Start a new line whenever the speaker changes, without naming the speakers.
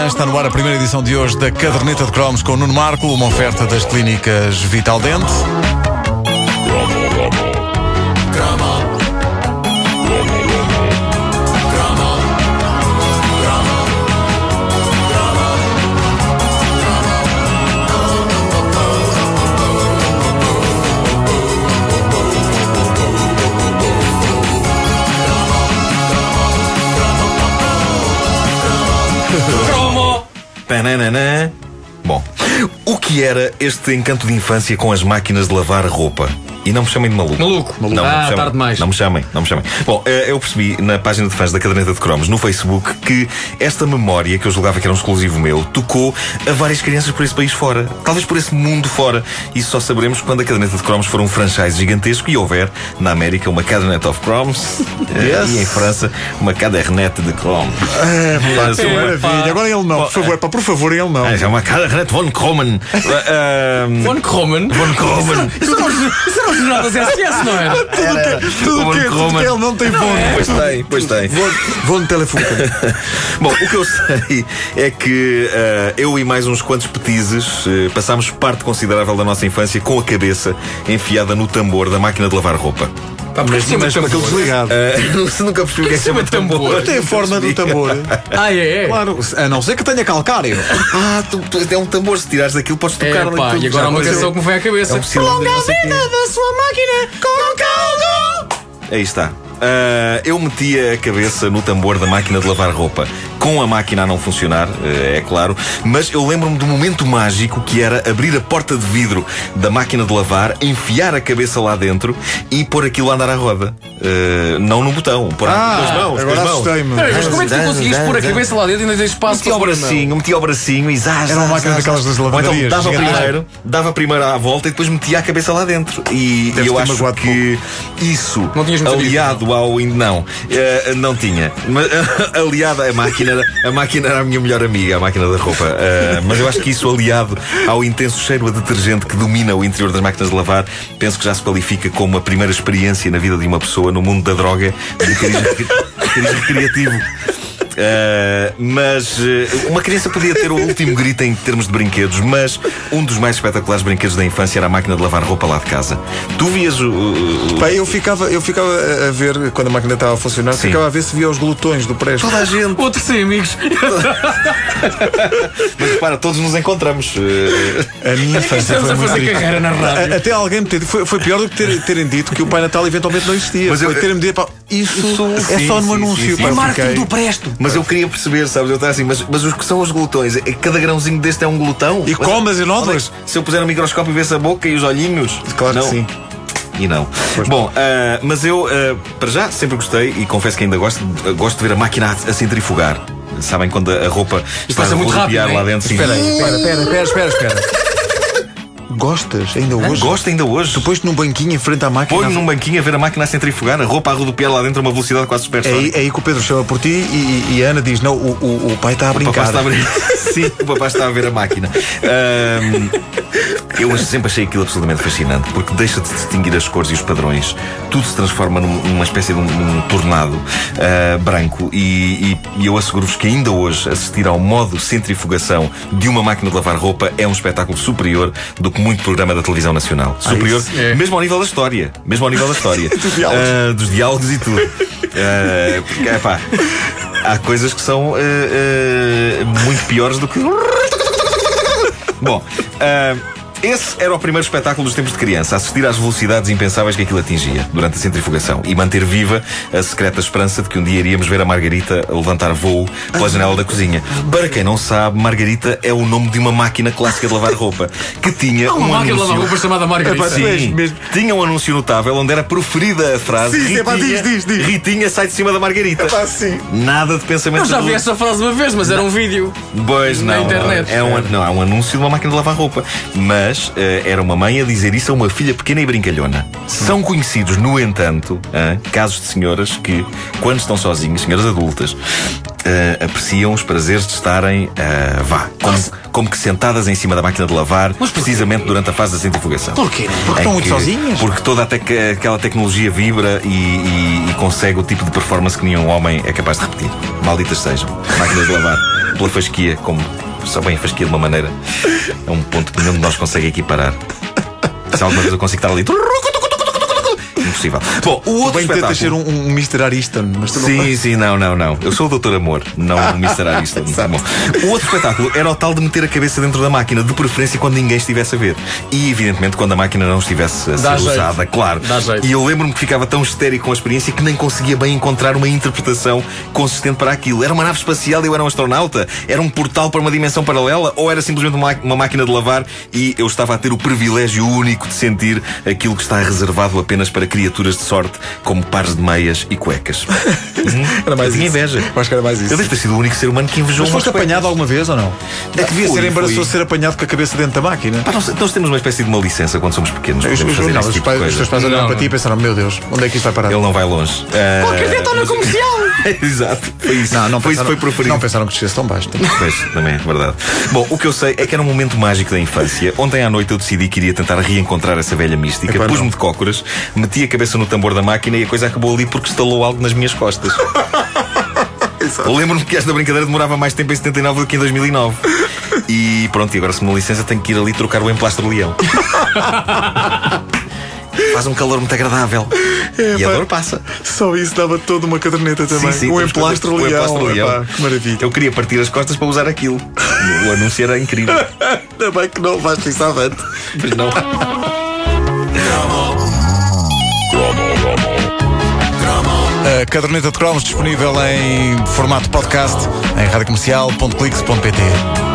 Está no ar a primeira edição de hoje da Caderneta de Cromos com o Nuno Marco, uma oferta das clínicas Vital Dente.
Tananana. Bom, o que era este encanto de infância com as máquinas de lavar roupa? E não me chamem de maluco.
Maluco.
Não,
Maluco.
não me
Ah,
chamem.
tarde demais.
Não me chamem, não me chamem. Bom, eh, eu percebi na página de fãs da Caderneta de Cromos, no Facebook, que esta memória, que eu julgava que era um exclusivo meu, tocou a várias crianças por esse país fora. Talvez por esse mundo fora. Isso só saberemos quando a Caderneta de Cromos for um franchise gigantesco e houver, na América, uma Caderneta of Cromos eh, e em França, uma Caderneta de Cromos.
É, Que maravilha. Agora em alemão, por favor, pá, por favor, em alemão.
É uma Caderneta von Kromen. Eh, ehm,
Von Kroman.
Von Kromen.
Isso eram os- isso um eram os jornadas SS, não era?
Tudo que, tudo
Von
que, tudo
Kroman.
que ele não tem
É.
Pois
fome.
tem, pois tem.
Vou- Vou no telefone.
Bom, o que eu sei é que ah, eu e mais uns quantos petizes eh, passámos parte considerável da nossa infância com a cabeça enfiada no tambor da máquina de lavar roupa.
Pá, mas chama
mas- mas-
tambor.
Desligado.
Ah, não se nunca percebi o que é que chama
Chama
de tambor.
tambor.
um Tem a forma do tambor.
Ah, é? é.
Claro, a não ser que tenha calcário.
Ah, tu, tu- é um tambor. Se tirares daquilo, podes tocar
É,
naquilo.
pá, e
Já
agora há uma
aconteceu.
canção que me vem à cabeça.
É um cilindro, não sei o quê.
da sua máquina com caldo!
Aí está. Ah, eu metia a cabeça no tambor da máquina de lavar roupa. Com a máquina a não funcionar, eh, é claro, mas eu lembro-me do momento mágico que era abrir a porta de vidro da máquina de lavar, enfiar a cabeça lá dentro e pôr aquilo a andar à roda. Eh, não no botão, pôr
Ah,
com as mãos. com
agora
as mãos.
assustei-me.
Peraí, mas como é que tu conseguias pôr a cabeça lá dentro e não tens espaço
Meti ao
pôr a mão?
bracinho, meti ao bracinho e zaz,
Era uma
zaz,
máquina
zaz,
daquelas
zaz.
das
Ou
lavanderias,
Então, dava
gigante.
primeiro, dava primeiro à volta e depois metia a cabeça lá dentro. E
Deve
eu
ter
acho
magoado
que isso,
Não tinhas muito
aliado ao. in- Não, eh, não tinha. Mas, aliado à máquina, era- a máquina era a minha melhor amiga, a máquina da roupa. Eh, mas eu acho que isso, aliado ao intenso cheiro a detergente que domina o interior das máquinas de lavar, penso que já se qualifica como a primeira experiência na vida de uma pessoa no mundo da droga de cariz recri- cariz recreativo. Uh, mas uh, uma criança podia ter o último grito em termos de brinquedos, mas um dos mais espetaculares brinquedos da infância era a máquina de lavar roupa lá de casa. Tu vias o. o- o-
Pá, eu ficava, eu ficava a- a ver, quando a máquina estava a funcionar,
Sim.
ficava a ver se via os glutões do presto.
Toda a gente.
Outro sem amigos.
Mas repara, todos nos encontramos. Uh,
A minha infância
Estamos
foi
a
muito
fazer
rica.
carreira na rádio.
A- Até alguém me ter dito, foi, foi pior do que ter- terem dito que o Pai Natal eventualmente não existia.
Mas
Mas
eu-
foi terem-me dito, pá, isso, é
sim,
só no
sim, sim,
anúncio.
sim.
pá,
É
eu
marketing
fiquei.
do presto.
mas eu queria perceber, sabes? Eu estava assim, mas, mas os que são os glutões? É- Cada grãozinho deste é um glutão?
E comas e nódoas?
Onde é que- Se eu puser no microscópio e ver-se a boca e os olhinhos?
Claro
não.
que sim.
E não. Bom, ah, mas eu, ah, para já, sempre gostei e confesso que ainda gosto, de- gosto de ver a máquina a, a centrifugar. Sabem quando a, a roupa está
passa
a
muito
rodopiar
rápido,
lá
hein?
né?
dentro? sim.
Espera aí.
Espera, espera, espera, espera, espera.
Gostas ainda
Hoje-
hoje?
Gosto ainda hoje. Tu
Depois num banquinho em frente à máquina.
põe num banquinho a ver a máquina a centrifugar, a roupa a rodopiar lá dentro a uma velocidade
É
quase
aí,
supersónica.
é aí que o Pedro chama por ti e, e- e a Ana diz: Não, o, o- o pai está a
O
brincar.
papá está a ver... Sim, o papá está a ver a máquina. Ahm, eu sempre achei aquilo absolutamente fascinante, porque deixa de distinguir as cores e os padrões. Tudo se transforma num- numa espécie de um, um tornado ah, branco. E, e- e eu asseguro-vos que ainda hoje assistir ao modo centrifugação de uma máquina de lavar roupa é um espetáculo superior do que muito programa da televisão nacional. Superior,
isso é.
mesmo ao nível da história. Mesmo ao nível da história. dos, diálogos. dos diálogos e tudo. Ah, porque, epá, há coisas que são ah, ah, muito piores do que. Bom, ah, esse era o primeiro espetáculo dos tempos de criança, assistir às velocidades impensáveis que aquilo atingia durante a centrifugação e manter viva a secreta esperança de que um dia iríamos ver a Margarita a levantar voo pela janela da cozinha. Para quem não sabe, Margarita é o nome de uma máquina clássica de lavar roupa que tinha
Há uma
um
máquina de lavar
anúncio-
roupa chamada Margarita.
Sim. Tinha um anúncio notável onde era proferida a frase
Sim, sim,
Ritinha,
epá, diz, diz, diz."
Ritinha sai de cima da Margarita.
Epá,
assim.
sim.
Nada de pensamento
Eu já
adulto.
vi essa frase uma vez, mas era um vídeo.
Pois
Na
não.
internet.
É um, não, é um anúncio de uma máquina de lavar roupa. Mas eh, era uma mãe a dizer isso a uma filha pequena e brincalhona. São conhecidos, no entanto, hã, casos de senhoras que, quando estão sozinhas, senhoras adultas, eh, apreciam os prazeres de estarem, eh, vá, como, como que sentadas em cima da máquina de lavar, precisamente durante a fase da centrifugação.
Porquê?
Porque
estão muito sozinhas?
É Porque toda a tec- aquela tecnologia vibra e, e- e consegue o tipo de performance que nenhum homem é capaz de repetir. Malditas sejam. Máquinas de lavar. pela fasquia, como só bem a fasquia de uma maneira. É um ponto que nenhum de nós consegue equiparar. Se alguma vez eu consigo estar ali. Impossível. Bom, o outro
Bem que tentas
espetáculo.
ser um, um Mr. Ariston, mas tu não
Sim, sim, não, não, não. Eu sou o Doutor Amor, não o Mr. Ariston. Bom, o outro espetáculo era o tal de meter a cabeça dentro da máquina, de preferência quando ninguém estivesse a ver. E, evidentemente, quando a máquina não estivesse a
Dá
ser
jeito.
usada, claro.
Dá jeito.
E eu lembro-me que ficava tão histérico com a experiência que nem conseguia bem encontrar uma interpretação consistente para aquilo. Era uma nave espacial e eu era um astronauta? Era um portal para uma dimensão paralela? Ou era simplesmente uma, uma máquina de lavar e eu estava a ter o privilégio único de sentir aquilo que está reservado apenas para criaturas de sorte, como pares de meias e cuecas? Uhum.
Era mais
Tinha
isso.
inveja.
Acho que era mais isso.
Eu devo ter sido o único ser humano que invejou um
Mas
umas
foste
cuecas.
apanhado alguma vez ou não? É que devia
Ah, Fui,
ser embaraçoso
fui.
ser apanhado com a cabeça dentro da máquina.
Pá, nós, nós temos uma espécie de uma licença quando somos pequenos.
Os,
podemos
os,
fazer
não,
esse
os
tipo
pais-
de
os
coisa.
teus pais olharam
Não,
para ti e pensaram: meu Deus, onde é que isto vai parar?
Ele não vai longe. Qualquer
Detona comercial!
Ah, Exato. Foi isso.
Não, não
foi isso
pensaram,
foi preferido.
não pensaram que descesse tão baixo. né?
Pois, também é verdade. Bom, o que eu sei é que era um momento mágico da infância. Ontem à noite eu decidi que iria tentar reencontrar essa velha mística.
Epá,
Pus-me
não.
de cócoras, meti a cabeça no tambor da máquina e a coisa acabou ali porque estalou algo nas minhas costas. Lembro-me que esta brincadeira demorava mais tempo em 79 do que em 2009. E pronto, e agora se me dão licença tenho que ir ali trocar o emplastro leão. Faz um calor muito agradável. e a dor passa.
Só isso dava toda uma caderneta também.
Sim, sim,
um
temos
emplastro
coisas-
leão.
um emplastro
epá, Que maravilha.
Eu queria partir as costas para usar aquilo. O anúncio era incrível.
Ainda bem que não vais pensar avante.
Mas não.
A caderneta de cromos disponível em formato podcast em radiocomercial.clix.pt